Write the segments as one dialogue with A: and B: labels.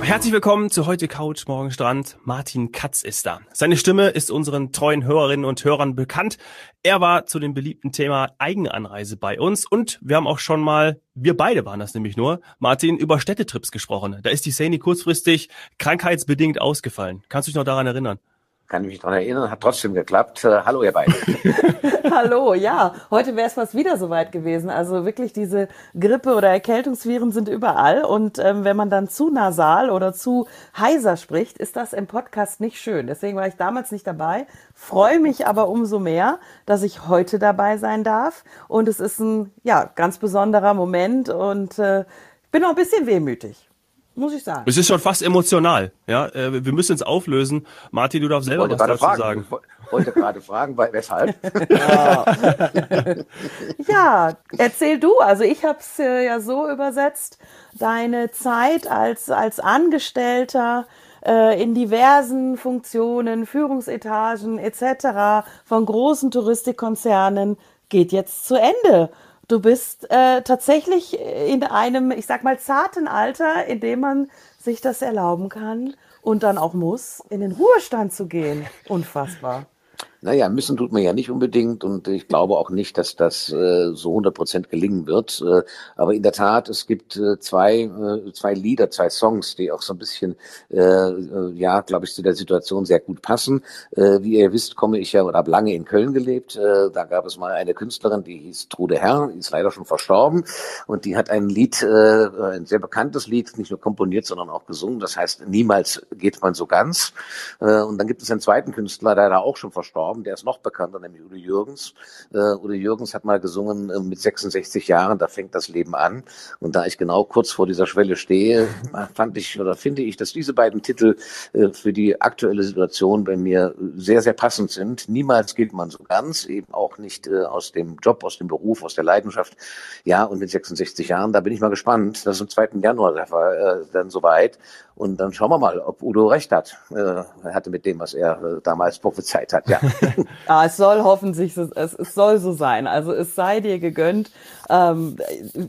A: Herzlich willkommen zu heute Couch, morgen Strand. Martin Katz ist da. Seine Stimme ist unseren treuen Hörerinnen und Hörern bekannt. Er war zu dem beliebten Thema Eigenanreise bei uns und wir haben auch schon mal, wir beide waren das nämlich nur, Martin, über Städtetrips gesprochen. Da ist die Sani kurzfristig krankheitsbedingt ausgefallen. Kannst du dich noch daran erinnern?
B: Kann ich mich daran erinnern, hat trotzdem geklappt. Äh, hallo ihr beiden.
C: Hallo, ja, heute wäre es fast wieder soweit gewesen. Also wirklich diese Grippe oder Erkältungsviren sind überall und ähm, wenn man dann zu nasal oder zu heiser spricht, ist das im Podcast nicht schön. Deswegen war ich damals nicht dabei, freue mich aber umso mehr, dass ich heute dabei sein darf und es ist ein ja, ganz besonderer Moment und äh, ich bin noch ein bisschen wehmütig. Muss ich sagen.
A: Es ist schon fast emotional. Ja, äh, wir müssen es auflösen. Martin, du darfst selber
B: Wollte
A: was
B: gerade
A: dazu
B: fragen,
A: sagen.
B: wo- wollte gerade fragen, weil- weshalb?
C: Ja, erzähl du. Also ich habe es äh, ja so übersetzt, deine Zeit als, als Angestellter äh, in diversen Funktionen, Führungsetagen etc. von großen Touristikkonzernen geht jetzt zu Ende. Du bist äh, tatsächlich in einem, ich sag mal, zarten Alter, in dem man sich das erlauben kann und dann auch muss, in den Ruhestand zu gehen. Unfassbar.
B: Naja, müssen tut man ja nicht unbedingt und ich glaube auch nicht, dass das äh, so 100 Prozent gelingen wird. Äh, aber in der Tat, es gibt äh, zwei, äh, zwei Lieder, zwei Songs, die auch so ein bisschen, äh, äh, ja, glaube ich, zu der Situation sehr gut passen. Äh, wie ihr wisst, komme ich ja oder habe lange in Köln gelebt. Äh, da gab es mal eine Künstlerin, die hieß Trude Herr, die ist leider schon verstorben und die hat ein Lied, äh, ein sehr bekanntes Lied, nicht nur komponiert, sondern auch gesungen. Das heißt, niemals geht man so ganz. Äh, und dann gibt es einen zweiten Künstler, der da auch schon verstorben, der ist noch bekannter, nämlich Udo Jürgens. Äh, Udo Jürgens hat mal gesungen äh, mit 66 Jahren, da fängt das Leben an. Und da ich genau kurz vor dieser Schwelle stehe, äh, fand ich oder finde ich, dass diese beiden Titel äh, für die aktuelle Situation bei mir sehr, sehr passend sind. Niemals gilt man so ganz, eben auch nicht äh, aus dem Job, aus dem Beruf, aus der Leidenschaft. Ja, und mit 66 Jahren, da bin ich mal gespannt. Das ist am 2. Januar der Fall, äh, dann soweit. Und dann schauen wir mal, ob Udo recht hat. Äh, er hatte mit dem, was er äh, damals prophezeit hat. Ja,
C: Ja, Ah, es soll hoffentlich, so- es, es soll so sein. Also es sei dir gegönnt. Ähm,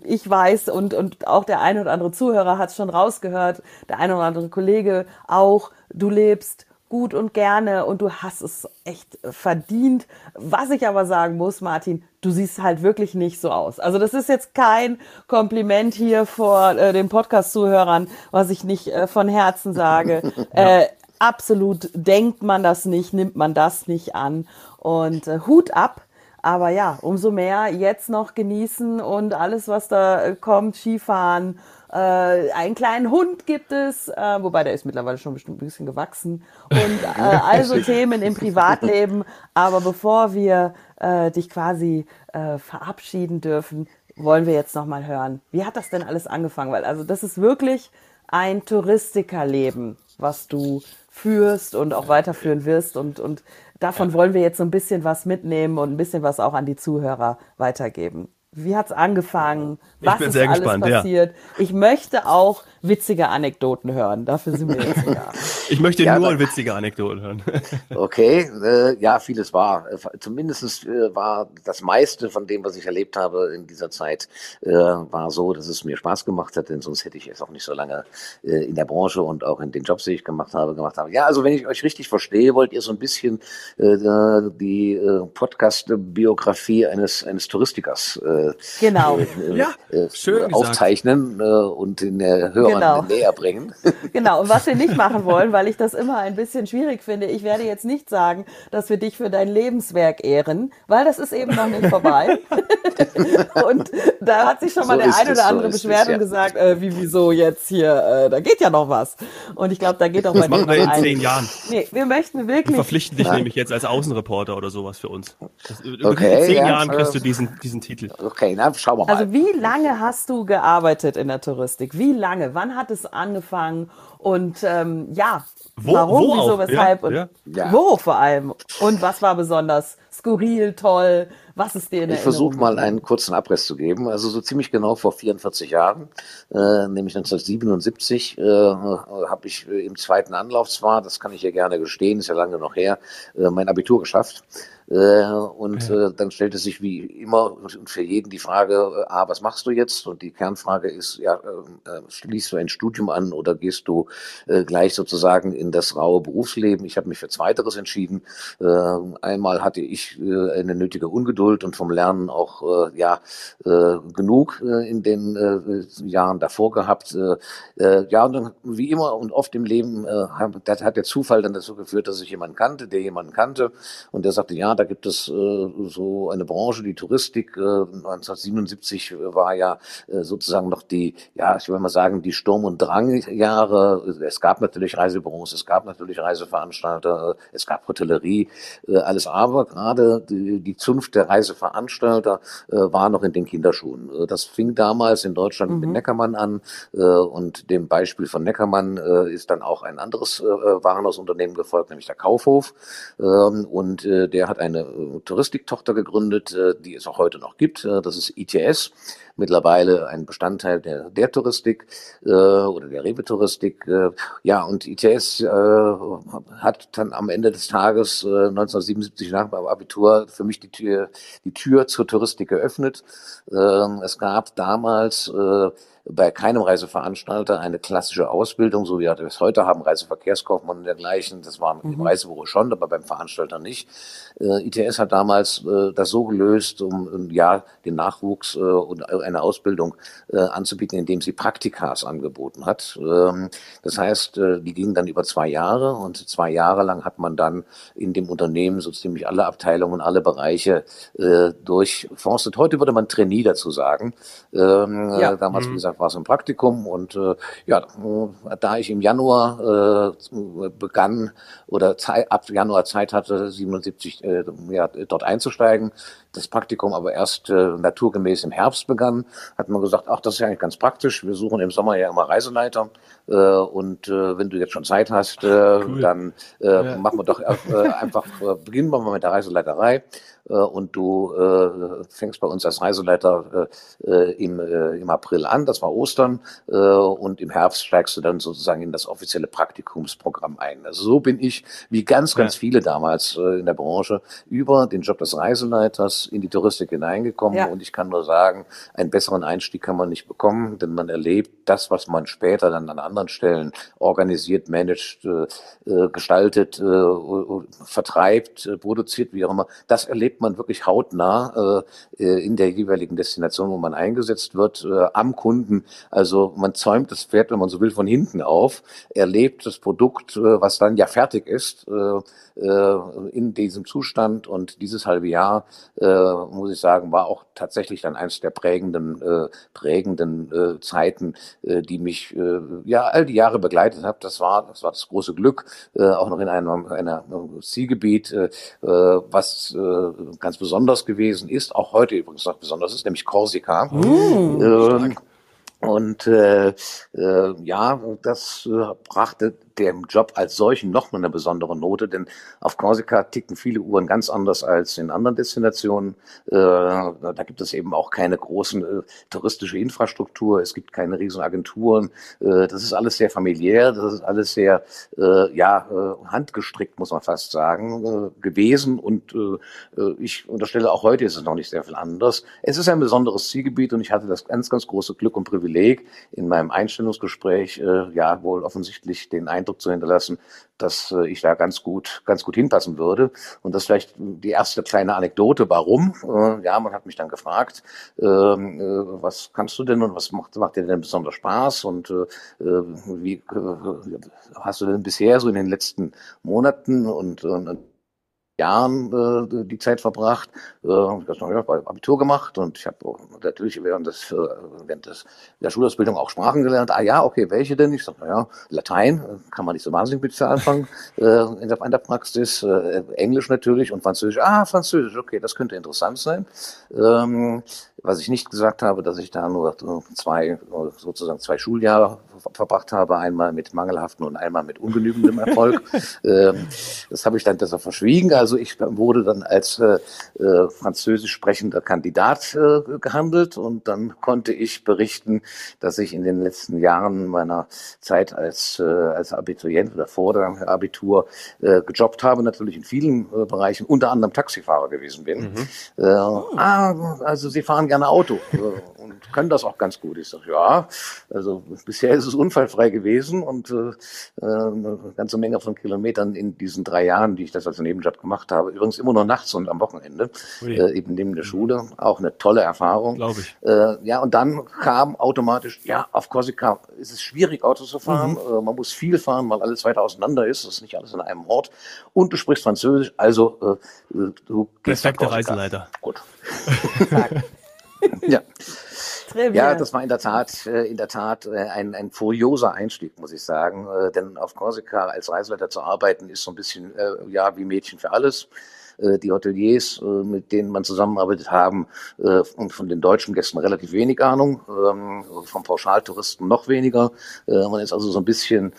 C: ich weiß und, und auch der ein oder andere Zuhörer hat es schon rausgehört, der ein oder andere Kollege auch, du lebst gut und gerne und du hast es echt verdient. Was ich aber sagen muss, Martin, du siehst halt wirklich nicht so aus. Also das ist jetzt kein Kompliment hier vor äh, den Podcast-Zuhörern, was ich nicht äh, von Herzen sage. äh, absolut denkt man das nicht, nimmt man das nicht an. Und äh, Hut ab. Aber ja, umso mehr jetzt noch genießen und alles, was da äh, kommt, Skifahren. Äh, einen kleinen Hund gibt es, äh, wobei der ist mittlerweile schon bestimmt ein bisschen gewachsen. Und äh, also Themen im Privatleben. Aber bevor wir äh, dich quasi äh, verabschieden dürfen, wollen wir jetzt nochmal hören. Wie hat das denn alles angefangen? Weil also das ist wirklich ein Touristikerleben, was du führst und auch weiterführen wirst. Und, und davon wollen wir jetzt so ein bisschen was mitnehmen und ein bisschen was auch an die Zuhörer weitergeben. Wie hat's angefangen? Was
A: bin
C: ist
A: sehr
C: alles
A: gespannt, ja.
C: passiert? Ich möchte auch witzige Anekdoten hören. Dafür sind wir jetzt da.
A: Ich möchte
B: Ja,
A: nur
B: aber-
A: witzige Anekdoten hören.
B: okay. Äh, ja, vieles war. Zumindest äh, war das meiste von dem, was ich erlebt habe in dieser Zeit, äh, war so, dass es mir Spaß gemacht hat, denn sonst hätte ich es auch nicht so lange äh, in der Branche und auch in den Jobs, die ich gemacht habe, gemacht habe. Ja, also wenn ich euch richtig verstehe, wollt ihr so ein bisschen äh, die äh, Podcast-Biografie eines, eines Touristikers äh,
C: Genau.
B: äh,
A: Ja,
B: äh,
A: schön gesagt.
B: aufzeichnen äh, und den äh, Hörern
C: Genau.
B: näher bringen.
C: Genau, und was wir nicht machen wollen, weil ich das immer ein bisschen schwierig finde, ich werde jetzt nicht sagen, dass wir dich für dein Lebenswerk ehren, weil das ist eben noch nicht vorbei. und da hat sich schon mal
B: So
C: der
B: ist
C: ein
B: es,
C: oder
B: so
C: andere
B: ist es,
C: beschwert und
B: ja.
C: gesagt, äh, wie wieso jetzt hier, äh, da geht ja noch was. Und ich glaube, da geht auch bei dir
A: Machen
C: noch
A: wir in
C: einiges.
A: zehn Jahren.
C: Nee, wir möchten wirklich
A: Verpflichten dich nämlich jetzt als Außenreporter oder sowas für uns. Das, äh, in
B: Okay,
A: zehn
B: ja,
A: Jahren
B: äh,
A: kriegst du diesen, diesen Titel.
B: Okay, na, schauen wir mal.
C: Also wie lange hast du gearbeitet in der Touristik? Wie lange? Wann hat es angefangen? Und ähm, ja,
A: Wo-
C: warum,
A: wo
C: wieso,
A: auch?
C: weshalb
A: Ja,
C: und
A: ja.
B: Ja.
C: wo vor allem? Und was war besonders skurril, toll? Was ist dir in
B: Ich versuche
C: Erinnerung
B: mal einen kurzen Abriss zu geben. Also so ziemlich genau vor 44 Jahren, äh, nämlich 1977, äh, habe ich äh, im zweiten Anlauf zwar, das kann ich ja gerne gestehen, ist ja lange noch her, äh, mein Abitur geschafft. Äh, und äh, dann stellte sich wie immer und für jeden die äh, Frage, äh, ah, was machst du jetzt? Und die Kernfrage ist, ja, ähm, äh, schließt du ein Studium an oder gehst du äh, gleich sozusagen in das raue Berufsleben. Ich habe mich für Zweiteres entschieden. Äh, einmal hatte ich äh, eine nötige Ungeduld und vom Lernen auch äh, ja äh, genug äh, in den äh, Jahren davor gehabt. Äh, äh, ja, und dann, wie immer und oft im Leben, äh, hab- das hat der Zufall dann dazu geführt, dass ich jemanden kannte, der jemanden kannte und der sagte, ja, da gibt es äh, so eine Branche, die Touristik. Äh, 1977 war ja äh, sozusagen noch die, ja, ich will mal sagen, die Sturm- und Drang-Jahre. Es gab natürlich Reisebüros, es gab natürlich Reiseveranstalter, äh, es gab Hotellerie, äh, alles. Aber gerade die, die Zunft der Reiseveranstalter äh, war noch in den Kinderschuhen. Äh, Das fing damals in Deutschland mit
C: Mhm.
B: Neckermann an äh, und dem Beispiel von Neckermann äh, ist dann auch ein anderes äh, Warenhausunternehmen gefolgt, nämlich der Kaufhof. Ähm, und äh, der hat eine äh, Touristiktochter gegründet, äh, die es auch heute noch gibt. Äh, das ist ITS, mittlerweile ein Bestandteil der, der Touristik äh, oder der Rewe-Touristik. Äh, ja, und ITS äh, hat dann am Ende des Tages äh, 1977 nach meinem Abitur für mich die Tür, die Tür zur Touristik geöffnet. Ähm, es gab damals äh, bei keinem Reiseveranstalter eine klassische Ausbildung, so wie wir das heute haben, Reiseverkehrskaufmann und dergleichen. Das war im
C: Mhm.
B: Reisebüro schon, aber beim Veranstalter nicht. Äh, ITS hat damals äh, das so gelöst, um um, ja den Nachwuchs äh, und eine Ausbildung äh, anzubieten, indem sie Praktikas angeboten hat. Ähm, das heißt, äh, die gingen dann über zwei Jahre und zwei Jahre lang hat man dann in dem Unternehmen so ziemlich alle Abteilungen, alle Bereiche äh, durchforstet. Heute würde man Trainee dazu sagen. Ähm,
C: Ja.
B: äh, damals,
A: Mhm.
B: wie gesagt, war es ein Praktikum und äh, ja, äh, da ich im Januar äh, begann oder Zeit, ab Januar Zeit hatte, 77 äh, ja, dort einzusteigen, das Praktikum aber erst äh, naturgemäß im Herbst begann, hat man gesagt, ach, das ist ja eigentlich ganz praktisch. Wir suchen im Sommer ja immer Reiseleiter äh, und äh, wenn du jetzt schon Zeit hast, äh,
A: cool.
B: dann äh, machen wir doch äh, einfach, äh, beginnen wir mal mit der Reiseleiterei äh, und du äh, fängst bei uns als Reiseleiter äh, äh, im, äh, im April an, das war Ostern, äh, und im Herbst steigst du dann sozusagen in das offizielle Praktikumsprogramm ein. Also so bin ich, wie ganz, ganz
A: Ja.
B: viele damals äh, in der Branche, über den Job des Reiseleiters in die Touristik hineingekommen
C: Ja.
B: und ich kann nur sagen, einen besseren Einstieg kann man nicht bekommen, denn man erlebt das, was man später dann an anderen Stellen organisiert, managt, äh, äh, gestaltet, äh, äh, vertreibt, äh, produziert, wie auch immer. Das erlebt man wirklich hautnah äh, äh, in der jeweiligen Destination, wo man eingesetzt wird, äh, am Kunden. Also man zäumt das Pferd, wenn man so will, von hinten auf, erlebt das Produkt, äh, was dann ja fertig ist, äh, äh, in diesem Zustand. Und dieses halbe Jahr, äh, muss ich sagen, war auch tatsächlich dann eins der prägenden, äh, prägenden äh, Zeiten, äh, die mich äh, ja all die Jahre begleitet hat. Das war, das war das große Glück, äh, auch noch in einem, einer einem Zielgebiet, äh, äh, was äh, ganz besonders gewesen ist, auch heute übrigens noch besonders ist, nämlich Korsika.
A: Hm,
C: Mhm.
B: Ähm, und äh, äh, ja, das äh, brachte dem Job als solchen noch mal eine besondere Note, denn auf Korsika ticken viele Uhren ganz anders als in anderen Destinationen. Äh, da gibt es eben auch keine großen äh, touristische Infrastruktur, es gibt keine riesen Agenturen. Äh, das ist alles sehr familiär, das ist alles sehr äh, ja, äh, handgestrickt, muss man fast sagen, äh, gewesen. Und äh, äh, ich unterstelle, auch heute ist es noch nicht sehr viel anders. Es ist ein besonderes Zielgebiet und ich hatte das ganz, ganz große Glück und Privileg, in meinem Einstellungsgespräch äh, ja wohl offensichtlich den Eindruck zu hinterlassen, dass äh, ich da ganz gut, ganz gut hinpassen würde. Und das vielleicht die erste kleine Anekdote, warum. Äh, ja, man hat mich dann gefragt, ähm, äh, was kannst du denn und was macht, macht dir denn besonders Spaß und äh, äh, wie äh, hast du denn bisher so in den letzten Monaten und, und Jahren äh, die Zeit verbracht. Äh, ich habe ja, bei Abitur gemacht und ich habe natürlich während, des, äh, während des, der Schulausbildung auch Sprachen gelernt. Ah ja, okay, welche denn? Ich sage, naja, Latein äh, kann man nicht so wahnsinnig mit für anfangen äh, in, der, in der Praxis. Äh, Englisch natürlich und Französisch. Ah, Französisch, okay, das könnte interessant sein. Ähm, was ich nicht gesagt habe, dass ich da nur äh, zwei, äh, sozusagen zwei Schuljahre ver verbracht habe, einmal mit mangelhaftem und einmal mit ungenügendem Erfolg. ähm, das habe ich dann besser verschwiegen. Also ich wurde dann als äh, äh, französisch sprechender Kandidat äh, gehandelt und dann konnte ich berichten, dass ich in den letzten Jahren meiner Zeit als, äh, als Abiturient oder vor dem Abitur äh, gejobbt habe, natürlich in vielen äh, Bereichen, unter anderem Taxifahrer gewesen bin. Äh, ah, also Sie fahren gerne Auto. Äh, und und können das auch ganz gut. Ich sage, ja, also bisher ist es unfallfrei gewesen und äh, eine ganze Menge von Kilometern in diesen drei Jahren, die ich das als Nebenjob gemacht habe. Übrigens immer nur nachts und am Wochenende,
A: Ui.
B: äh, eben neben der Schule. Auch eine tolle Erfahrung.
A: Glaube ich.
B: Äh, ja, und dann kam automatisch, ja, auf Korsika ist es schwierig, Auto zu fahren.
A: Mhm.
B: Äh, man muss viel fahren, weil alles weiter auseinander ist. Das ist nicht alles in einem Ort. Und du sprichst Französisch, also äh, äh, du gehst nach
A: Perfekter
B: Korsika.
A: Reiseleiter.
B: Gut.
C: Zack.
B: Ja.
C: Trivia.
B: Ja, das war in der Tat, äh, in der Tat äh, ein, ein furioser Einstieg, muss ich sagen. Äh, Denn auf Korsika als Reiseleiter zu arbeiten, ist so ein bisschen äh, ja wie Mädchen für alles. Äh, Die Hoteliers, äh, mit denen man zusammenarbeitet haben, äh, und von den deutschen Gästen relativ wenig Ahnung, ähm, vom Pauschaltouristen noch weniger. Äh, Man ist also so ein bisschen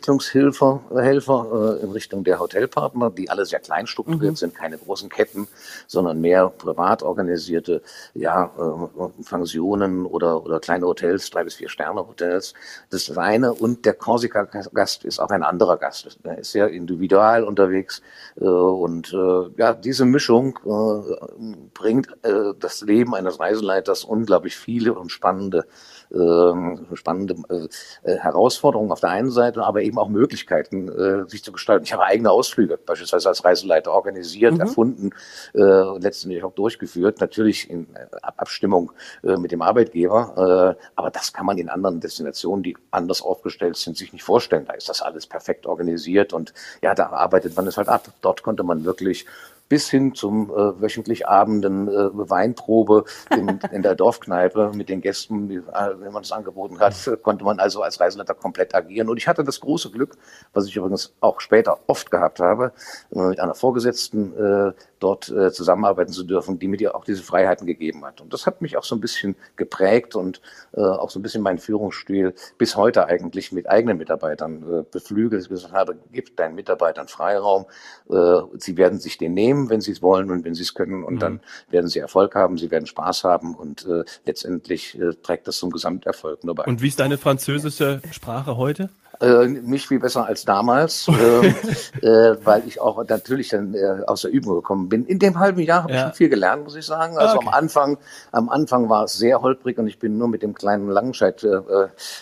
B: Entwicklungshilfer Helfer, äh, in Richtung der Hotelpartner, die alle sehr klein strukturiert sind, keine großen Ketten, sondern mehr privat organisierte ja, äh, Pensionen oder, oder kleine Hotels, drei bis vier Sterne Hotels. Das ist das eine. Und der Korsika-Gast ist auch ein anderer Gast. Er ist sehr individual unterwegs. Äh, und äh, ja, diese Mischung äh, bringt äh, das Leben eines Reiseleiters unglaublich viele und spannende ähm, spannende äh, äh, Herausforderungen auf der einen Seite, aber eben auch Möglichkeiten, äh, sich zu gestalten. Ich habe eigene Ausflüge beispielsweise als Reiseleiter organisiert, erfunden, äh, und letztendlich auch durchgeführt, natürlich in äh, Ab- Abstimmung äh, mit dem Arbeitgeber. Äh, aber das kann man in anderen Destinationen, die anders aufgestellt sind, sich nicht vorstellen. Da ist das alles perfekt organisiert und ja, da arbeitet man es halt ab. Dort konnte man wirklich bis hin zum äh, wöchentlich abenden äh, Weinprobe in, in der Dorfkneipe mit den Gästen, die, äh, wenn man es angeboten hat, äh, konnte man also als Reiseleiter komplett agieren. Und ich hatte das große Glück, was ich übrigens auch später oft gehabt habe, äh, mit einer Vorgesetzten äh, dort äh, zusammenarbeiten zu dürfen, die mir die auch diese Freiheiten gegeben hat. Und das hat mich auch so ein bisschen geprägt und äh, auch so ein bisschen meinen Führungsstil bis heute eigentlich mit eigenen Mitarbeitern äh, beflügelt. Ich gesagt habe, gib deinen Mitarbeitern Freiraum. Äh, sie werden sich den nehmen, wenn sie es wollen und wenn sie es können. Und dann werden sie Erfolg haben, sie werden Spaß haben und äh, letztendlich äh, trägt das zum Gesamterfolg nur bei.
A: Und wie ist deine französische Sprache heute?
B: Äh, nicht viel besser als damals, ähm, äh, weil ich auch natürlich dann äh, aus der Übung gekommen bin. In dem halben Jahr habe ich
A: Ja. Ah,
B: schon viel gelernt, muss ich sagen. Also
A: okay.
B: am Anfang, am Anfang war es sehr holprig und ich bin nur mit dem kleinen Langenscheidt äh,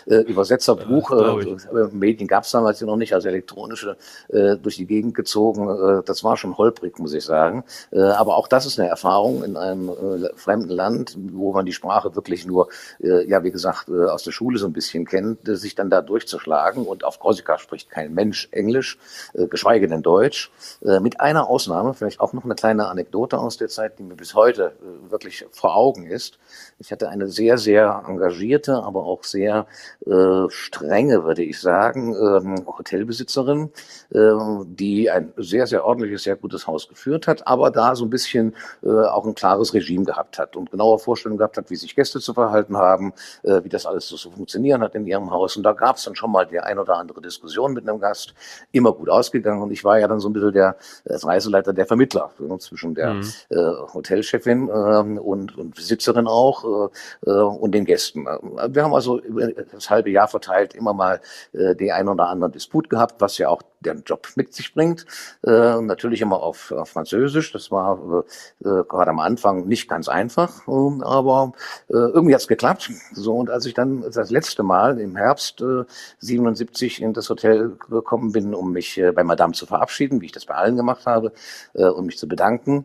B: äh, Übersetzerbuch,
A: Ja, glaub
B: äh, äh, Medien gab es damals ja noch nicht, also elektronische, äh, durch die Gegend gezogen. Äh, das war schon holprig, muss ich sagen. Äh, aber auch das ist eine Erfahrung in einem äh, fremden Land, wo man die Sprache wirklich nur, äh, ja, wie gesagt, äh, aus der Schule so ein bisschen kennt, äh, sich dann da durchzuschlagen. Und auf Korsika spricht kein Mensch Englisch, äh, geschweige denn Deutsch. Äh, mit einer Ausnahme, vielleicht auch noch eine kleine Anekdote aus der Zeit, die mir bis heute äh, wirklich vor Augen ist. Ich hatte eine sehr, sehr engagierte, aber auch sehr äh, strenge, würde ich sagen, ähm, Hotelbesitzerin, ähm, die ein sehr, sehr ordentliches, sehr gutes Haus geführt hat, aber da so ein bisschen äh, auch ein klares Regime gehabt hat und genaue Vorstellungen gehabt hat, wie sich Gäste zu verhalten haben, äh, wie das alles so zu funktionieren hat in ihrem Haus. Und da gab es dann schon mal die ein oder andere Diskussion mit einem Gast, immer gut ausgegangen. Und ich war ja dann so ein bisschen der als Reiseleiter der Vermittler ne, zwischen der
A: Mhm.
B: äh, Hotelchefin ähm, und, und Besitzerin auch äh, äh, und den Gästen. Äh, Wir haben also über das halbe Jahr verteilt immer mal äh, den einen oder anderen Disput gehabt, was ja auch der Job mit sich bringt. Äh, natürlich immer auf, auf Französisch. Das war äh, äh, gerade am Anfang nicht ganz einfach, ähm, aber äh, irgendwie hat's geklappt. So und als ich dann das letzte Mal im Herbst äh, 77 in das Hotel gekommen bin, um mich äh, bei Madame zu verabschieden, wie ich das bei allen gemacht habe, äh, und mich zu bedanken,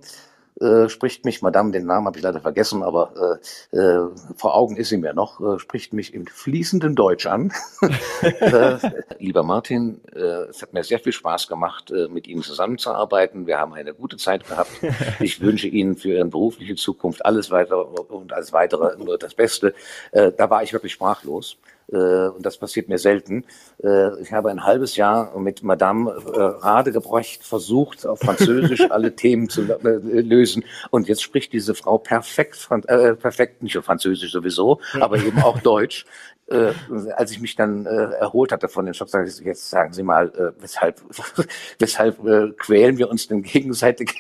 B: äh, spricht mich, Madame, den Namen habe ich leider vergessen, aber äh, äh, vor Augen ist sie mir noch, äh, spricht mich in fließendem Deutsch an. äh, lieber Martin, äh, es hat mir sehr viel Spaß gemacht, äh, mit Ihnen zusammenzuarbeiten. Wir haben eine gute Zeit gehabt. Ich wünsche Ihnen für Ihre berufliche Zukunft alles weitere und alles weitere nur das Beste. Äh, da war ich wirklich sprachlos. Äh, und das passiert mir selten. Äh, ich habe ein halbes Jahr mit Madame äh, Radebrecht versucht, auf Französisch alle Themen zu lo- äh, lösen. Und jetzt spricht diese Frau perfekt, Fran äh, perfekt nicht nur Französisch sowieso, aber eben auch Deutsch. äh, als ich mich dann äh, erholt hatte von den Shops, sag ich, jetzt sagen Sie mal, äh, weshalb, weshalb äh, quälen wir uns denn gegenseitig,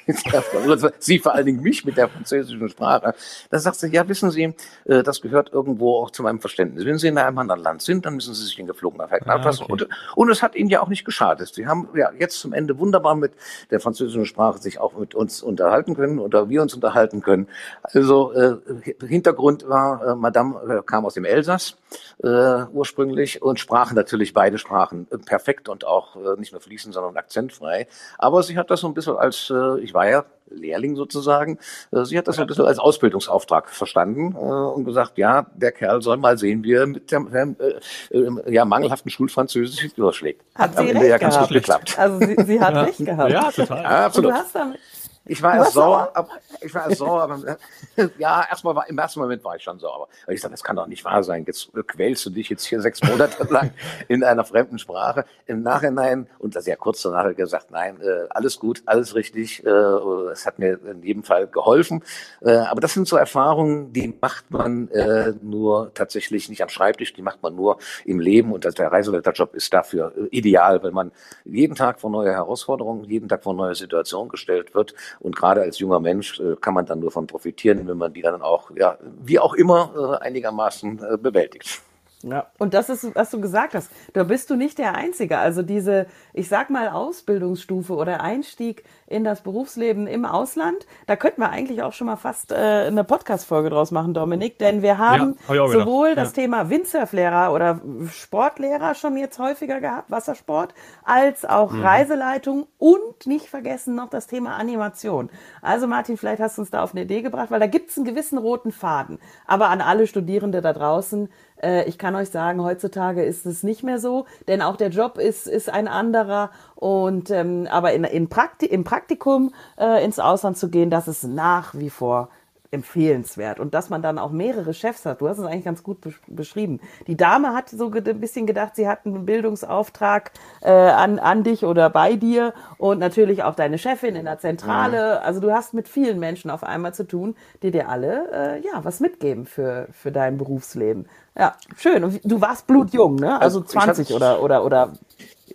B: Sie vor allen Dingen mich mit der französischen Sprache. Dann sagt sie, ja, wissen Sie, äh, das gehört irgendwo auch zu meinem Verständnis. Wenn Sie in einem anderen Land sind, dann müssen Sie sich den Geflogenheiten
A: Ah,
B: anpassen.
A: okay.
B: und, und es hat Ihnen ja auch nicht geschadet. Sie haben ja jetzt zum Ende wunderbar mit der französischen Sprache sich auch mit uns unterhalten können oder wir uns unterhalten können. Also äh, Hintergrund war, äh, Madame äh, kam aus dem Elsass äh, ursprünglich und sprachen natürlich beide Sprachen äh, perfekt und auch äh, nicht nur fließend, sondern akzentfrei. Aber sie hat das so ein bisschen als, äh, ich war ja Lehrling sozusagen, äh, sie hat das so ein bisschen als Ausbildungsauftrag verstanden äh, und gesagt, ja, der Kerl soll mal sehen, wie er mit dem äh, äh, ja, mangelhaften Schulfranzösisch sich durchschlägt.
C: Hat sie recht
B: ja ganz gut
C: gehabt.
B: geklappt.
C: Also sie, sie hat recht gehabt.
A: Ja, total.
B: Ja,
C: Und
B: absolut.
C: du hast damit,
B: Ich war
C: Du
B: erst
C: warst
B: sauer, aber ich war erst sauer, aber ja, erstmal war im ersten Moment war ich schon sauer. Weil ich dachte, das kann doch nicht wahr sein. Jetzt quälst du dich jetzt hier sechs Monate lang in einer fremden Sprache. Im Nachhinein und sehr kurz danach gesagt, nein, äh, alles gut, alles richtig. äh, Es hat mir in jedem Fall geholfen. Äh, Aber das sind so Erfahrungen, die macht man äh, nur tatsächlich nicht am Schreibtisch, die macht man nur im Leben und das- der Reiseleiterjob ist dafür äh, ideal, weil man jeden Tag vor neue Herausforderungen, jeden Tag vor neue Situationen gestellt wird und gerade als junger Mensch äh, kann man dann nur von profitieren, wenn man die dann auch, ja, wie auch immer, äh, einigermaßen äh, bewältigt.
C: Ja. Und das ist, was du gesagt hast. Da bist du nicht der Einzige. Also diese, ich sag mal, Ausbildungsstufe oder Einstieg in das Berufsleben im Ausland, da könnten wir eigentlich auch schon mal fast äh, eine Podcast-Folge draus machen, Dominik, denn wir haben
A: hab ich auch gedacht.
C: sowohl das
A: Ja.
C: Thema Windsurflehrer oder Sportlehrer schon jetzt häufiger gehabt, Wassersport, als auch Reiseleitung und nicht vergessen noch das Thema Animation. Also Martin, vielleicht hast du uns da auf eine Idee gebracht, weil da gibt es einen gewissen roten Faden. Aber an alle Studierende da draußen, äh, ich kann euch sagen, heutzutage ist es nicht mehr so, denn auch der Job ist, ist ein anderer. Und ähm, aber in, in Prakti im Praktikum äh, ins Ausland zu gehen, das ist nach wie vor empfehlenswert und dass man dann auch mehrere Chefs hat. Du hast es eigentlich ganz gut besch- beschrieben. Die Dame hat so ged- ein bisschen gedacht, sie hat einen Bildungsauftrag äh, an, an dich oder bei dir und natürlich auch deine Chefin in der Zentrale.
B: Mhm.
C: Also du hast mit vielen Menschen auf einmal zu tun, die dir alle äh, ja was mitgeben für, für dein Berufsleben. Ja, schön. Und wie- du warst blutjung, ne?
B: Also
C: Also,
B: ich hab-
C: 20 oder oder oder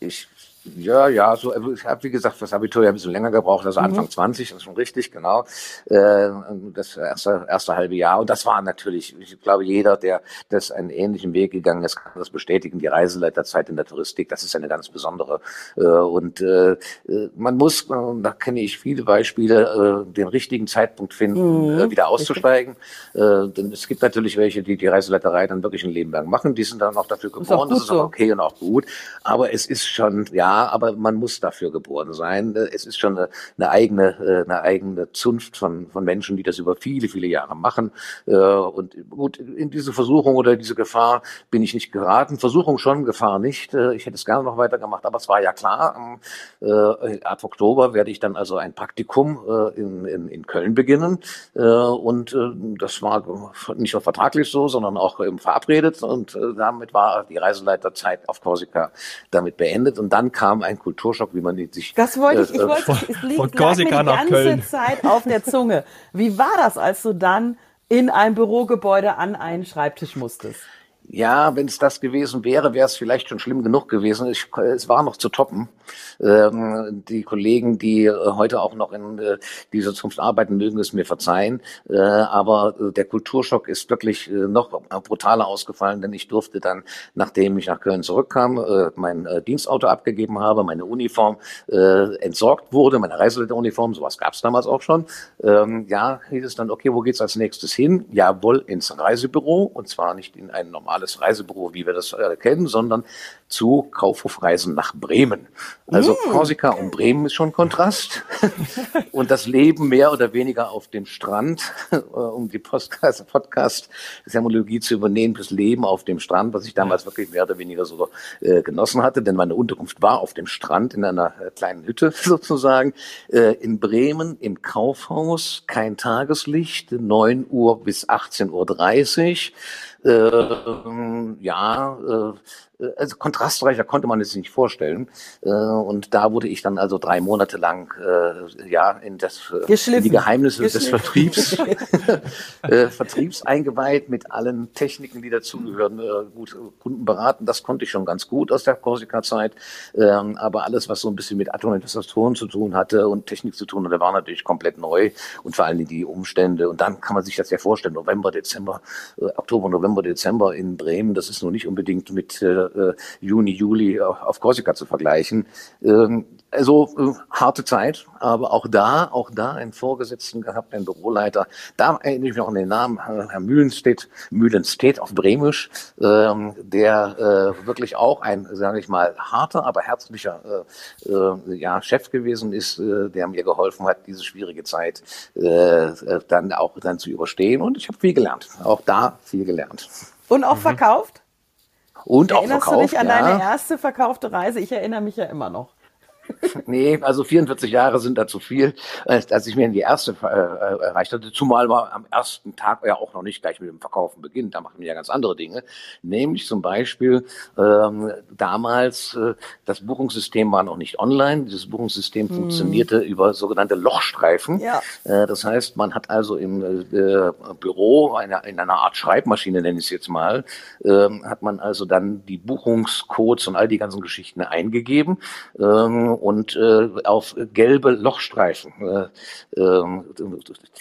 B: Ich, ja, ja, so, also ich habe, wie gesagt, das Abitur ja ein bisschen länger gebraucht, also
C: Mhm.
B: Anfang 20, das ist schon richtig, genau. Äh, Das erste, erste halbe Jahr. Und das war natürlich, ich glaube, jeder, der das einen ähnlichen Weg gegangen ist, kann das bestätigen. Die Reiseleiterzeit in der Touristik, das ist eine ganz besondere. Äh, Und äh, äh, man muss, äh, und da kenne ich viele Beispiele, äh, den richtigen Zeitpunkt
C: Mhm,
B: finden, äh, wieder auszusteigen. Äh, Denn es gibt natürlich welche, die die Reiseleiterei dann wirklich ein Leben lang machen. Die sind dann auch dafür
C: auch
B: geboren.
C: gut
B: Das ist auch
C: so.
B: okay okay und auch gut. Aber es ist schon, ja, aber man muss dafür geboren sein. Äh, Es ist schon eine, eine eigene, äh, eine eigene Zunft von, von Menschen, die das über viele, viele Jahre machen. Äh, Und gut, in diese Versuchung oder diese Gefahr bin ich nicht geraten. Versuchung schon, Gefahr nicht. Äh, Ich hätte es gerne noch weitergemacht, aber es war ja klar. am, äh, Ab Oktober werde ich dann also ein Praktikum äh, in, in, in Köln beginnen. Äh, Und äh, das war nicht nur vertraglich so, sondern auch ähm, verabredet. Und äh, damit war die Reiseleiterzeit auf Korsika damit beendet. Und dann kam ein Kulturschock, wie man ihn sich.
C: Das wollte ich, ich
B: äh,
C: wollte,
A: von-
C: es liegt,
A: von
C: lag mir die
A: Korsika nach
C: ganze
A: Köln.
C: Zeit auf der Zunge. Wie war das, als du dann in ein Bürogebäude an einen Schreibtisch musstest?
B: Ja, wenn es das gewesen wäre, wäre es vielleicht schon schlimm genug gewesen. Ich, äh, es war noch zu toppen. Ähm, die Kollegen, die äh, heute auch noch in äh, dieser Zunft arbeiten, mögen es mir verzeihen. Äh, aber äh, der Kulturschock ist wirklich äh, noch brutaler ausgefallen, denn ich durfte dann, nachdem ich nach Köln zurückkam, äh, mein äh, Dienstauto abgegeben habe, meine Uniform äh, entsorgt wurde, meine Reiseleiteruniform, sowas gab es damals auch schon. Ähm, ja, hieß es dann, okay, wo geht's als nächstes hin? Jawohl, ins Reisebüro und zwar nicht in ein normales Reisebüro, wie wir das äh, kennen, sondern zu Kaufhof Reisen nach Bremen. Also Korsika und Bremen ist schon Kontrast und das Leben mehr oder weniger auf dem Strand, äh, um die Podcast- Podcast-Sermologie zu übernehmen, das Leben auf dem Strand, was ich damals wirklich mehr oder weniger so äh, genossen hatte, denn meine Unterkunft war auf dem Strand in einer äh, kleinen Hütte sozusagen, äh, in Bremen im Kaufhaus, kein Tageslicht, 9 Uhr bis 18.30 Uhr. Ähm, ja, äh, also kontrastreicher konnte man es nicht vorstellen. Äh, Und da wurde ich dann also drei Monate lang äh, ja in das in die Geheimnisse des Vertriebs äh, Vertriebs eingeweiht mit allen Techniken, die dazugehören. äh, Gut Kunden beraten, das konnte ich schon ganz gut aus der Korsika-Zeit. Aber alles, was so ein bisschen mit Atomintestatoren zu tun hatte und Technik zu tun, hatte, war natürlich komplett neu und vor allen Dingen die Umstände. Und dann kann man sich das ja vorstellen: November, Dezember, äh, Oktober, November, Dezember in Bremen. Das ist nur nicht unbedingt mit äh, Juni, Juli äh, auf Korsika zu vergleichen. Ähm, also äh, harte Zeit, aber auch da, auch da einen Vorgesetzten gehabt, einen Büroleiter. Da erinnere ich mich noch an den Namen, Herr Mühlenstedt, Mühlenstedt auf Bremisch, ähm, der äh, wirklich auch ein, sage ich mal, harter, aber herzlicher äh, ja, Chef gewesen ist, äh, der mir geholfen hat, diese schwierige Zeit äh, dann auch dann zu überstehen. Und ich habe viel gelernt, auch da viel gelernt.
C: Und auch mhm. verkauft?
B: Und
C: Erinnerst
B: auch verkauft, du
C: dich an ja. deine erste verkaufte Reise? Ich erinnere mich ja immer noch.
B: nee, also 44 Jahre sind da zu viel, als ich mir in die erste äh, erreicht hatte. Zumal war am ersten Tag ja auch noch nicht gleich mit dem Verkaufen beginnt. Da machen wir ja ganz andere Dinge. Nämlich zum Beispiel ähm, damals, äh, das Buchungssystem war noch nicht online. Dieses Buchungssystem hm. funktionierte über sogenannte Lochstreifen. Ja. Äh, das heißt, man hat also im äh, Büro, eine, in einer Art Schreibmaschine nenne ich es jetzt mal, ähm, hat man also dann die Buchungscodes und all die ganzen Geschichten eingegeben. Ähm, und äh, auf gelbe Lochstreifen, äh, äh,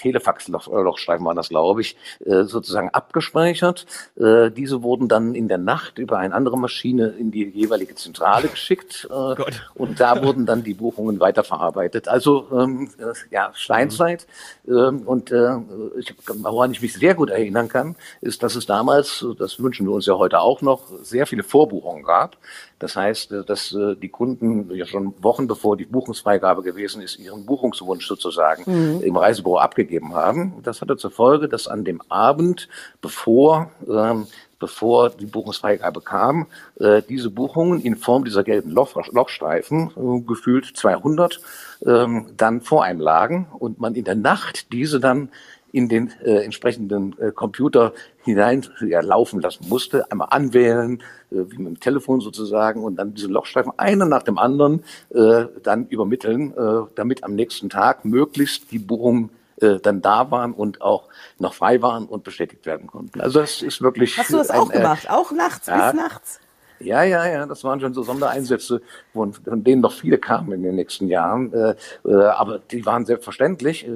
B: Telefax-Lochstreifen waren das, glaube ich, äh, sozusagen abgespeichert. Äh, diese wurden dann in der Nacht über eine andere Maschine in die jeweilige Zentrale geschickt äh, Gott. und da wurden dann die Buchungen weiterverarbeitet. Also ähm, äh, ja, Steinzeit. Mhm. Ähm, und äh, ich, woran ich mich sehr gut erinnern kann, ist, dass es damals, das wünschen wir uns ja heute auch noch, sehr viele Vorbuchungen gab. Das heißt, äh, dass die Kunden ja schon Wochen bevor die Buchungsfreigabe gewesen ist, ihren Buchungswunsch sozusagen mhm. im Reisebüro abgegeben haben. Das hatte zur Folge, dass an dem Abend, bevor ähm, bevor die Buchungsfreigabe kam, äh, diese Buchungen in Form dieser gelben Loch, Lochstreifen, äh, gefühlt 200, ähm, dann vor einem lagen und man in der Nacht diese dann in den äh, entsprechenden äh, Computer hinein ja, laufen lassen musste, einmal anwählen, äh, wie mit dem Telefon sozusagen, und dann diese Lochstreifen einer nach dem anderen äh, dann übermitteln, äh, damit am nächsten Tag möglichst die Buchung äh, dann da waren und auch noch frei waren und bestätigt werden konnten. Also das ist wirklich.
C: Hast du das ein, auch gemacht? Äh, auch nachts, ja, bis nachts?
B: Ja, ja, ja, das waren schon so Sondereinsätze, von, denen noch viele kamen in den nächsten Jahren. Äh, äh, aber die waren selbstverständlich. Äh,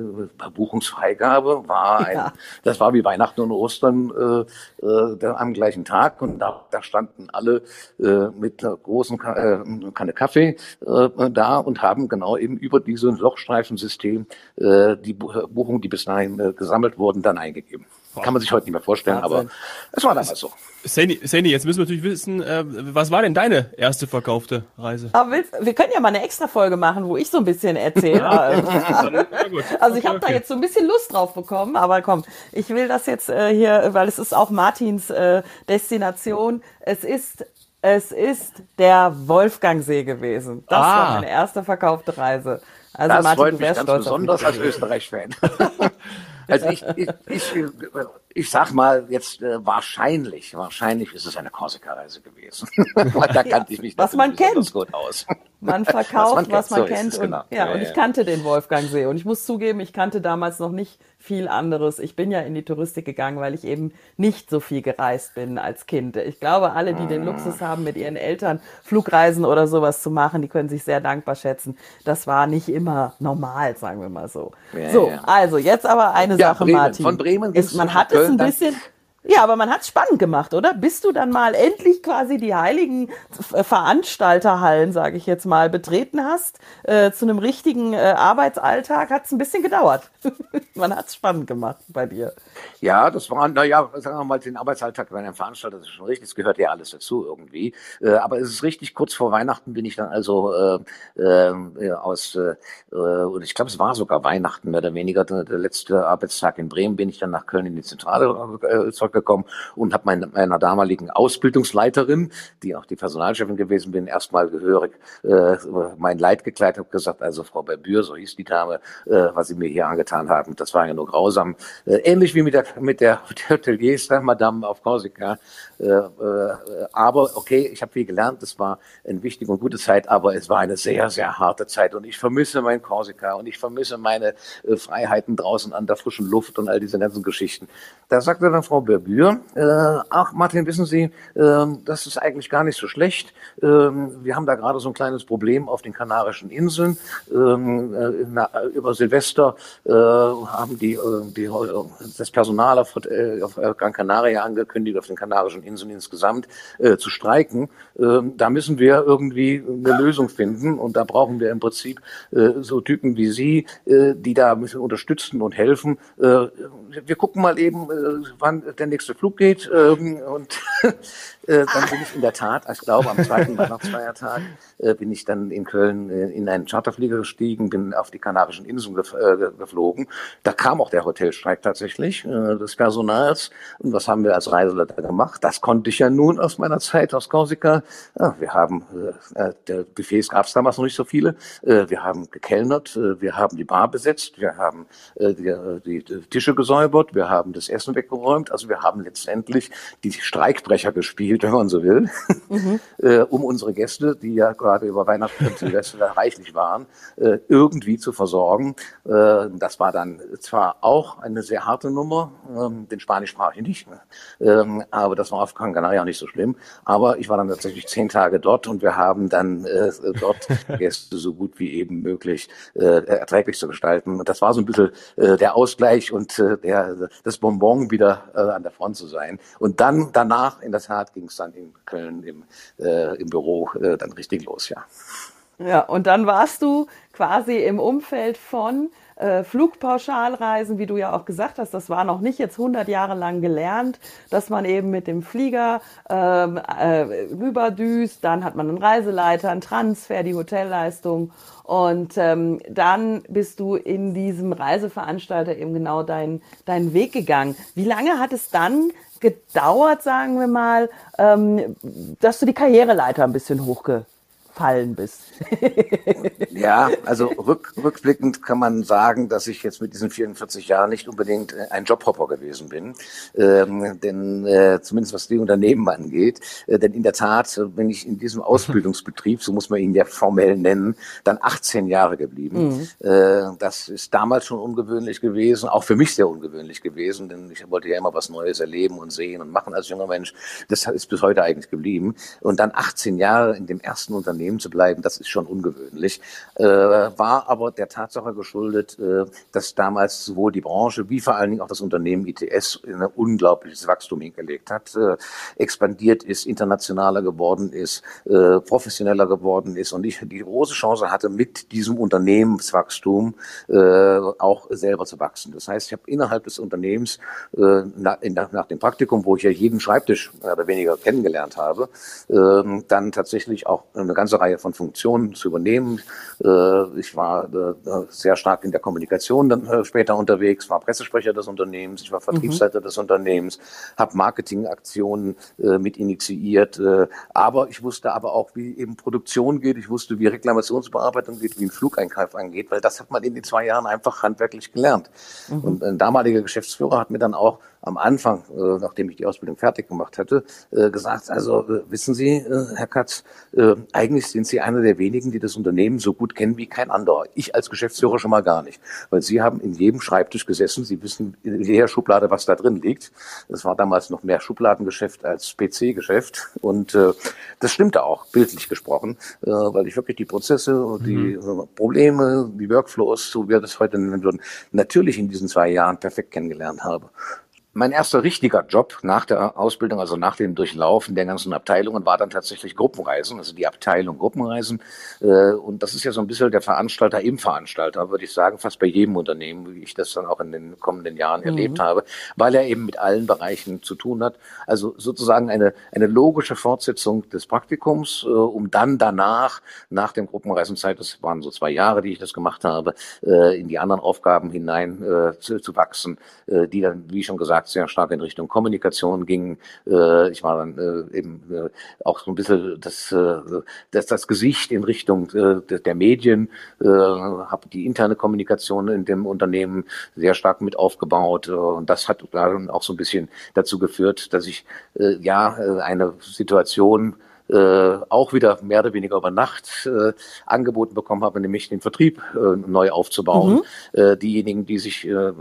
B: Buchungsfreigabe war ein, ja. das war wie Weihnachten und Ostern äh, äh, am gleichen Tag und da, da standen alle äh, mit einer großen Ka äh, Kanne Kaffee äh, da und haben genau eben über dieses Lochstreifensystem äh, die Buchungen, die bis dahin äh, gesammelt wurden, dann eingegeben. Wow. Kann man sich heute nicht mehr vorstellen, Wahnsinn. aber es war damals so.
A: Sandy, Sandy, jetzt müssen wir natürlich wissen, äh, was war denn deine erste verkaufte Reise?
C: Aber willst, wir können ja mal eine extra Folge machen, wo ich so ein bisschen erzähle. Ähm, ja, also ich habe okay. da jetzt so ein bisschen Lust drauf bekommen, aber komm, ich will das jetzt äh, hier, weil es ist auch Martins äh, Destination. Es ist es ist der Wolfgangsee gewesen. Das ah. war meine erste verkaufte Reise.
B: Also das Martin, freut mich ganz besonders als Österreich-Fan. Also ich, ich, ich, ich sag mal jetzt äh, wahrscheinlich, wahrscheinlich ist es eine Korsika-Reise gewesen. da kannte ja, ich mich
C: was man kennt.
B: gut aus.
C: Man verkauft, was man kennt. Was man so kennt und, genau. ja, ja, und ich kannte den Wolfgangsee. Und ich muss zugeben, ich kannte damals noch nicht viel anderes. Ich bin ja in die Touristik gegangen, weil ich eben nicht so viel gereist bin als Kind. Ich glaube, alle, die den Luxus haben, mit ihren Eltern Flugreisen oder sowas zu machen, die können sich sehr dankbar schätzen. Das war nicht immer normal, sagen wir mal so. Ja, so, ja. also jetzt aber eine ja, Sache,
B: Bremen.
C: Martin.
B: Von Bremen
C: ist, man hat es ein bisschen. Ja, aber man hat es spannend gemacht, oder? Bis du dann mal endlich quasi die heiligen äh, Veranstalterhallen, sage ich jetzt mal, betreten hast, äh, zu einem richtigen äh, Arbeitsalltag, hat es ein bisschen gedauert. man hat es spannend gemacht bei dir.
B: Ja, das war, naja, sagen wir mal, den Arbeitsalltag bei einem Veranstalter, das ist schon richtig, es gehört ja alles dazu irgendwie. Äh, aber es ist richtig, kurz vor Weihnachten bin ich dann also äh, aus, und ich glaube, es war sogar Weihnachten mehr oder weniger, der, der, letzte Arbeitstag in Bremen, bin ich dann nach Köln in die Zentrale äh, zur zurückgekommen und habe mein, meiner damaligen Ausbildungsleiterin, die auch die Personalchefin gewesen bin, erstmal gehörig äh, mein Leid gekleidet, habe gesagt, also Frau Berbür, so hieß die Dame, äh, was Sie mir hier angetan haben, das war ja nur grausam. Äh, ähnlich wie mit der, mit der, mit der Hotelierster, Madame auf Korsika. Äh, äh, aber okay, ich habe viel gelernt, es war eine wichtige und gute Zeit, aber es war eine sehr, sehr harte Zeit und ich vermisse mein Korsika und ich vermisse meine äh, Freiheiten draußen an der frischen Luft und all diese ganzen Geschichten. Da sagte dann Frau Berbür, äh, ach Martin, wissen Sie, äh, das ist eigentlich gar nicht so schlecht. Ähm, wir haben da gerade so ein kleines Problem auf den Kanarischen Inseln. Ähm, na, über Silvester äh, haben die, äh, die, das Personal auf, äh, auf Gran Canaria angekündigt, auf den Kanarischen Inseln insgesamt äh, zu streiken. Ähm, da müssen wir irgendwie eine Lösung finden und da brauchen wir im Prinzip äh, so Typen wie Sie, äh, die da ein bisschen unterstützen und helfen. Äh, wir gucken mal eben, äh, wann der nächste Flug geht ähm, und äh, dann bin ich in der Tat, ich glaube am zweiten Weihnachtsfeiertag äh, bin ich dann in Köln äh, in einen Charterflieger gestiegen, bin auf die Kanarischen Inseln gef äh, geflogen. Da kam auch der Hotelstreik tatsächlich äh, des Personals. Und was haben wir als Reiseleiter gemacht? Das konnte ich ja nun aus meiner Zeit aus Korsika. Ja, wir haben, äh, der Buffets gab es damals noch nicht so viele. Äh, wir haben gekellnert, äh, wir haben die Bar besetzt, wir haben äh, die, die Tische gesäubert, wir haben das Essen weggeräumt. Also wir haben letztendlich die Streikbrecher gespielt, wenn man so will, mhm. äh, um unsere Gäste, die ja gerade über Weihnachten und Silvester reichlich waren, äh, irgendwie zu versorgen. Äh, das war dann zwar auch eine sehr harte Nummer, ähm, den Spanisch sprach ich nicht, ähm, aber das war auf Gran Canaria nicht so schlimm. Aber ich war dann tatsächlich zehn Tage dort und wir haben dann äh, dort Gäste so gut wie eben möglich äh, erträglich zu gestalten. Und das war so ein bisschen äh, der Ausgleich und äh, der, das Bonbon wieder äh, an der Front zu sein. Und dann danach, in der Tat, ging es dann in Köln im, äh, im Büro äh, dann richtig los, ja.
C: Ja, und dann warst du quasi im Umfeld von äh, Flugpauschalreisen, wie du ja auch gesagt hast, das war noch nicht jetzt 100 Jahre lang gelernt, dass man eben mit dem Flieger ähm, äh, rüberdüst, dann hat man einen Reiseleiter, einen Transfer, die Hotelleistung und ähm, dann bist du in diesem Reiseveranstalter eben genau deinen deinen Weg gegangen. Wie lange hat es dann gedauert, sagen wir mal, ähm, dass du die Karriereleiter ein bisschen hochge gefallen bist.
B: ja, also rück, rückblickend kann man sagen, dass ich jetzt mit diesen 44 Jahren nicht unbedingt äh, ein Jobhopper gewesen bin, ähm, denn äh, zumindest was die Unternehmen angeht, äh, denn in der Tat bin ich in diesem Ausbildungsbetrieb, so muss man ihn ja formell nennen, dann 18 Jahre geblieben. Mhm. Äh, das ist damals schon ungewöhnlich gewesen, auch für mich sehr ungewöhnlich gewesen, denn ich wollte ja immer was Neues erleben und sehen und machen als junger Mensch. Das ist bis heute eigentlich geblieben. Und dann 18 Jahre in dem ersten Unternehmen zu bleiben, das ist schon ungewöhnlich. Äh, war aber der Tatsache geschuldet, äh, dass damals sowohl die Branche wie vor allen Dingen auch das Unternehmen ITS ein unglaubliches Wachstum hingelegt hat, äh, expandiert ist, internationaler geworden ist, äh, professioneller geworden ist und ich die große Chance hatte, mit diesem Unternehmenswachstum äh, auch selber zu wachsen. Das heißt, ich habe innerhalb des Unternehmens nach, nach, dem Praktikum, wo ich ja jeden Schreibtisch mehr oder weniger kennengelernt habe, ähm, dann tatsächlich auch eine ganze Reihe von Funktionen zu übernehmen. Äh, ich war äh, sehr stark in der Kommunikation dann äh, später unterwegs, war Pressesprecher des Unternehmens, ich war Vertriebsleiter mhm. des Unternehmens, habe Marketingaktionen äh, mit initiiert, äh, aber ich wusste aber auch, wie eben Produktion geht, ich wusste, wie Reklamationsbearbeitung geht, wie ein Flugeinkauf angeht, weil das hat man in den zwei Jahren einfach handwerklich gelernt. Mhm. Und ein damaliger Geschäftsführer hat mir dann auch am Anfang, äh, nachdem ich die Ausbildung fertig gemacht hatte, gesagt, also wissen Sie, äh, Herr Katz, eigentlich sind Sie einer der wenigen, die das Unternehmen so gut kennen wie kein anderer. Ich als Geschäftsführer schon mal gar nicht, weil Sie haben in jedem Schreibtisch gesessen. Sie wissen in jeder Schublade, was da drin liegt. Das war damals noch mehr Schubladengeschäft als PC-Geschäft und äh, das stimmte auch bildlich gesprochen, äh, weil ich wirklich die Prozesse und die mhm. Probleme, die Workflows, so wie wir das heute nennen würden, natürlich in diesen zwei Jahren perfekt kennengelernt habe mein erster richtiger Job nach der Ausbildung, also nach dem Durchlaufen der ganzen Abteilungen, war dann tatsächlich Gruppenreisen, also die Abteilung Gruppenreisen. Äh, Und das ist ja so ein bisschen der Veranstalter im Veranstalter, würde ich sagen, fast bei jedem Unternehmen, wie ich das dann auch in den kommenden Jahren mhm. erlebt habe, weil er eben mit allen Bereichen zu tun hat. Also sozusagen eine, eine logische Fortsetzung des Praktikums, um dann danach, nach dem Gruppenreisenzeit, das waren so zwei Jahre, die ich das äh, gemacht habe, in äh, die anderen Aufgaben hinein zu, zu wachsen, die dann, wie schon gesagt, stark, sehr stark in Richtung Kommunikation ging. Äh, ich war dann äh, eben äh, auch so ein bisschen das, äh, das, das Gesicht in Richtung äh, der Medien, äh, habe die interne Kommunikation in dem Unternehmen sehr stark mit aufgebaut. Äh, und das hat dann auch so ein bisschen dazu geführt, dass ich äh, ja eine Situation äh, auch wieder mehr oder weniger über Nacht äh, angeboten bekommen habe, nämlich den Vertrieb äh, neu aufzubauen. Mhm. Äh, diejenigen, die sich äh,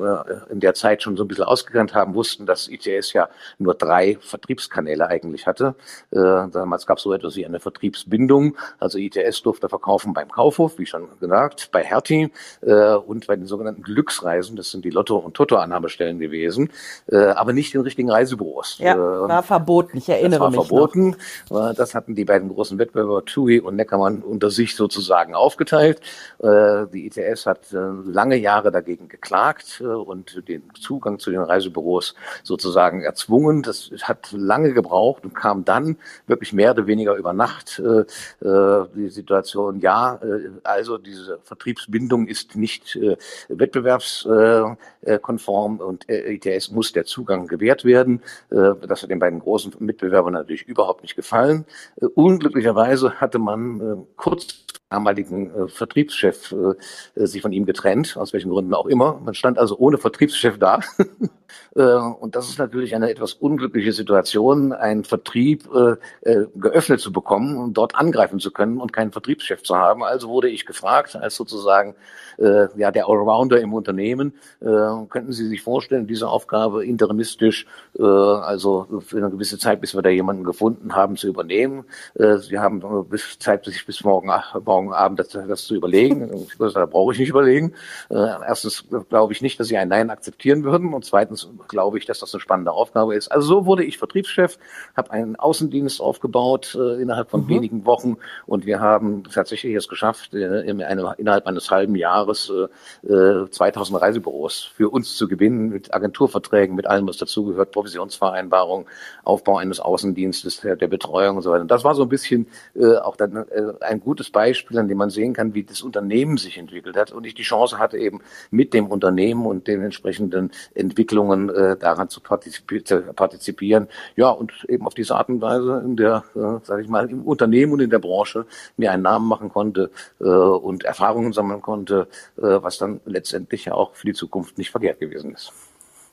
B: in der Zeit schon so ein bisschen ausgekannt haben, wussten, dass ITS ja nur drei Vertriebskanäle eigentlich hatte. Äh, damals gab es so etwas wie eine Vertriebsbindung. Also ITS durfte verkaufen beim Kaufhof, wie schon gesagt, bei Hertie äh, und bei den sogenannten Glücksreisen. Das sind die Lotto- und Toto-Annahmestellen gewesen, äh, aber nicht in richtigen Reisebüros. Äh,
C: Ja, war verboten. Ich erinnere
B: das
C: mich.
B: War verboten. Noch. Das hatten die beiden großen Wettbewerber TUI und Neckermann unter sich sozusagen aufgeteilt. Äh, Die ITS hat lange Jahre dagegen geklagt äh, und den Zugang zu den Reisebüros sozusagen erzwungen. Das hat lange gebraucht und kam dann wirklich mehr oder weniger über Nacht äh, die Situation, ja, also diese Vertriebsbindung ist nicht äh, wettbewerbskonform äh, und ITS muss der Zugang gewährt werden. Äh, Das hat den beiden großen Mitbewerbern natürlich überhaupt nicht gefallen. Äh, Unglücklicherweise hatte man äh, kurz damaligen äh, Vertriebschef äh, sich von ihm getrennt, aus welchen Gründen auch immer. Man stand also ohne Vertriebschef da. Äh, und das ist natürlich eine etwas unglückliche Situation, einen Vertrieb äh, geöffnet zu bekommen und dort angreifen zu können und keinen Vertriebschef zu haben. Also wurde ich gefragt, als sozusagen äh, ja der Allrounder im Unternehmen, Äh, könnten Sie sich vorstellen, diese Aufgabe interimistisch, also für eine gewisse Zeit, bis wir da jemanden gefunden haben, zu übernehmen. Äh, Sie haben bis Zeit, sich bis morgen morgen Abend das, das, zu überlegen. Da brauche ich nicht überlegen. Äh, erstens glaube ich nicht, dass sie ein Nein akzeptieren würden. Und zweitens glaube ich, dass das eine spannende Aufgabe ist. Also so wurde ich Vertriebschef, habe einen Außendienst aufgebaut äh, innerhalb von mhm. wenigen Wochen. Und wir haben tatsächlich es geschafft, äh, in einem, innerhalb eines halben Jahres 2000 Reisebüros für uns zu gewinnen mit Agenturverträgen, mit allem, was dazugehört, Provisionsvereinbarungen, Aufbau eines Außendienstes, der, der, Betreuung und so weiter. Und das war so ein bisschen äh, auch dann ein gutes Beispiel Beispiel, an dem man sehen kann, wie das Unternehmen sich entwickelt hat und ich die Chance hatte, eben mit dem Unternehmen und den entsprechenden Entwicklungen äh, daran zu, partizipi zu, partizipieren. Ja, und eben auf diese Art und Weise in der, äh, sage ich mal, im Unternehmen und in der Branche mir einen Namen machen konnte äh, und Erfahrungen sammeln konnte, äh, was dann letztendlich ja auch für die Zukunft nicht verkehrt gewesen ist.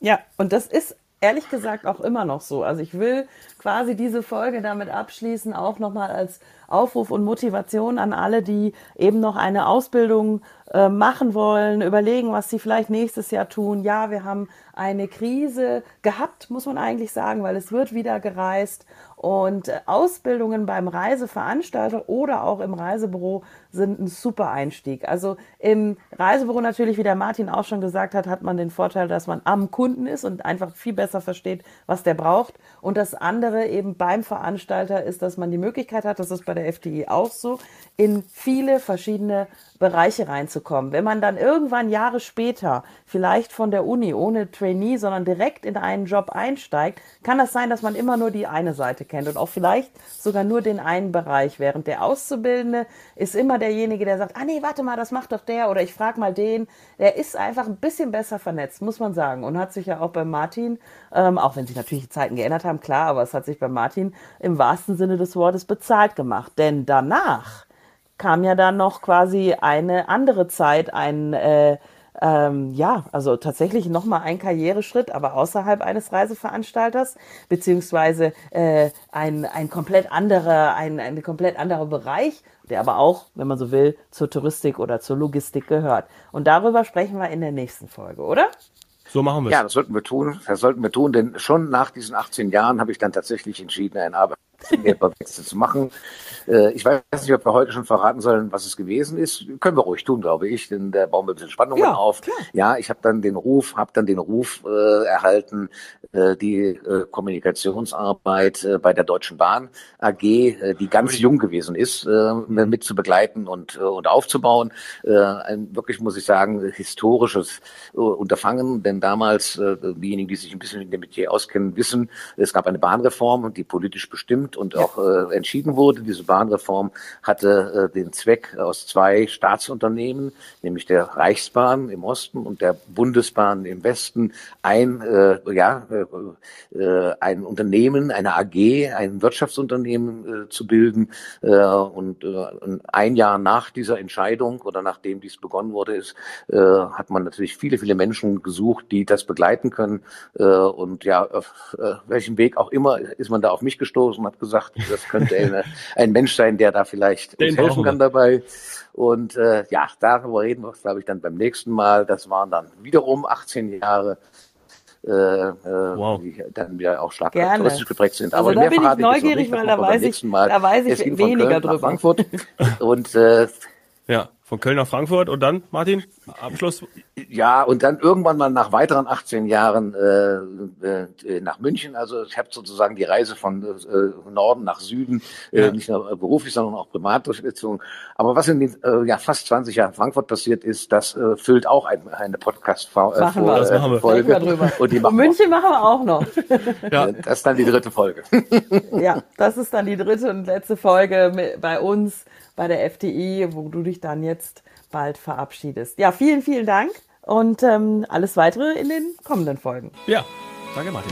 C: Ja, und das ist ehrlich gesagt auch immer noch so. Also ich will quasi diese Folge damit abschließen, auch nochmal als Aufruf und Motivation an alle, die eben noch eine Ausbildung äh, machen wollen, überlegen, was sie vielleicht nächstes Jahr tun. Ja, wir haben eine Krise gehabt, muss man eigentlich sagen, weil es wird wieder gereist. Und äh, Ausbildungen beim Reiseveranstalter oder auch im Reisebüro sind ein super Einstieg. Also im Reisebüro natürlich, wie der Martin auch schon gesagt hat, hat man den Vorteil, dass man am Kunden ist und einfach viel besser versteht, was der braucht. Und das andere eben beim Veranstalter ist, dass man die Möglichkeit hat, das ist bei der FDI auch so, in viele verschiedene Bereiche reinzukommen. Wenn man dann irgendwann Jahre später vielleicht von der Uni ohne Trainee, sondern direkt in einen Job einsteigt, kann das sein, dass man immer nur die eine Seite kennt und auch vielleicht sogar nur den einen Bereich, während der Auszubildende ist immer derjenige, der sagt, ah nee, warte mal, das macht doch der oder ich frage mal den. Der ist einfach ein bisschen besser vernetzt, muss man sagen und hat sich ja auch bei Martin, ähm, auch wenn sich natürlich die Zeiten geändert haben, klar, aber es hat sich bei Martin im wahrsten Sinne des Wortes bezahlt gemacht, denn danach kam ja dann noch quasi eine andere Zeit, ein äh, ähm, ja, also tatsächlich nochmal ein Karriereschritt, aber außerhalb eines Reiseveranstalters, beziehungsweise äh, ein, ein komplett anderer, ein, ein komplett anderer Bereich, der aber auch, wenn man so will, zur Touristik oder zur Logistik gehört. Und darüber sprechen wir in der nächsten Folge, oder?
A: So machen wir
B: Ja, das sollten wir tun. Das sollten wir tun, denn schon nach diesen 18 Jahren habe ich dann tatsächlich entschieden, einen Arbeitgeberwechsel zu machen. Äh, ich weiß nicht, ob wir heute schon verraten sollen, was es gewesen ist. Können wir ruhig tun, glaube ich, denn da bauen wir ein bisschen Spannungen
C: ja,
B: auf.
C: Klar.
B: Ja, ich habe dann den Ruf, habe dann den Ruf äh, erhalten, äh, die Kommunikationsarbeit äh, bei der Deutschen Bahn AG, die ganz jung gewesen ist, mit zu begleiten und, äh, und aufzubauen. Äh, ein wirklich, muss ich sagen, historisches äh, Unterfangen, denn äh, damals, diejenigen, die sich ein bisschen in dem Metier auskennen, wissen, es gab eine Bahnreform, die politisch bestimmt abgestimmt und auch äh, entschieden wurde. Diese Bahnreform hatte äh, den Zweck aus zwei Staatsunternehmen, nämlich der Reichsbahn im Osten und der Bundesbahn im Westen, ein, äh, ja, äh, ein Unternehmen, eine AG, ein Wirtschaftsunternehmen äh, zu bilden. Äh, und äh, ein Jahr nach dieser Entscheidung oder nachdem dies begonnen wurde, ist, äh, hat man natürlich viele, viele Menschen gesucht, die das begleiten können. Äh, und ja, auf äh, welchem Weg auch immer ist man da auf mich gestoßen, hat gesagt, das könnte eine, ein Mensch sein, der da vielleicht
A: Den
B: uns helfen
A: brauchen
B: kann
A: wir.
B: dabei. Und äh, ja, darüber reden wir, glaube ich, dann beim nächsten Mal. Das waren dann wiederum 18 Jahre. Äh, äh,
A: Wow.
B: die dann wieder auch stark
C: Gerne.
B: touristisch geprägt sind.
C: Also
B: Aber
C: da
B: mehr
C: bin ich
B: verrate jetzt noch
C: neugierig,
B: nicht. Das
C: weil
B: machen wir
C: da
B: beim
C: weiß ich-
B: nächsten Mal.
C: da weiß ich
B: Es ging von
C: weniger
B: Köln nach
C: drüber.
B: Frankfurt und äh,
A: Ja, von Köln nach Frankfurt und dann, Martin, Abschluss.
B: ja, und dann irgendwann mal nach weiteren 18 Jahren äh, äh, nach München. Also ich habe sozusagen die Reise von äh, Norden nach Süden, äh, nicht nur beruflich, sondern auch privat durchgezogen. Aber was in den äh, ja, fast 20 Jahren Frankfurt passiert ist, das äh, füllt auch ein, eine Podcast-Folge.
C: Machen wir. Das
A: machen wir.
C: Reden wir drüber.
B: Und die
C: Und
B: machen wir.
C: München machen wir auch noch.
A: Ja,
B: Das ist dann die dritte Folge.
C: ja, das ist dann die dritte und letzte Folge mi- bei uns, bei der FDI, wo du dich dann jetzt bald verabschiedest. Ja, vielen, vielen Dank und ähm, alles weitere in den kommenden Folgen.
A: ja. Danke, Martin.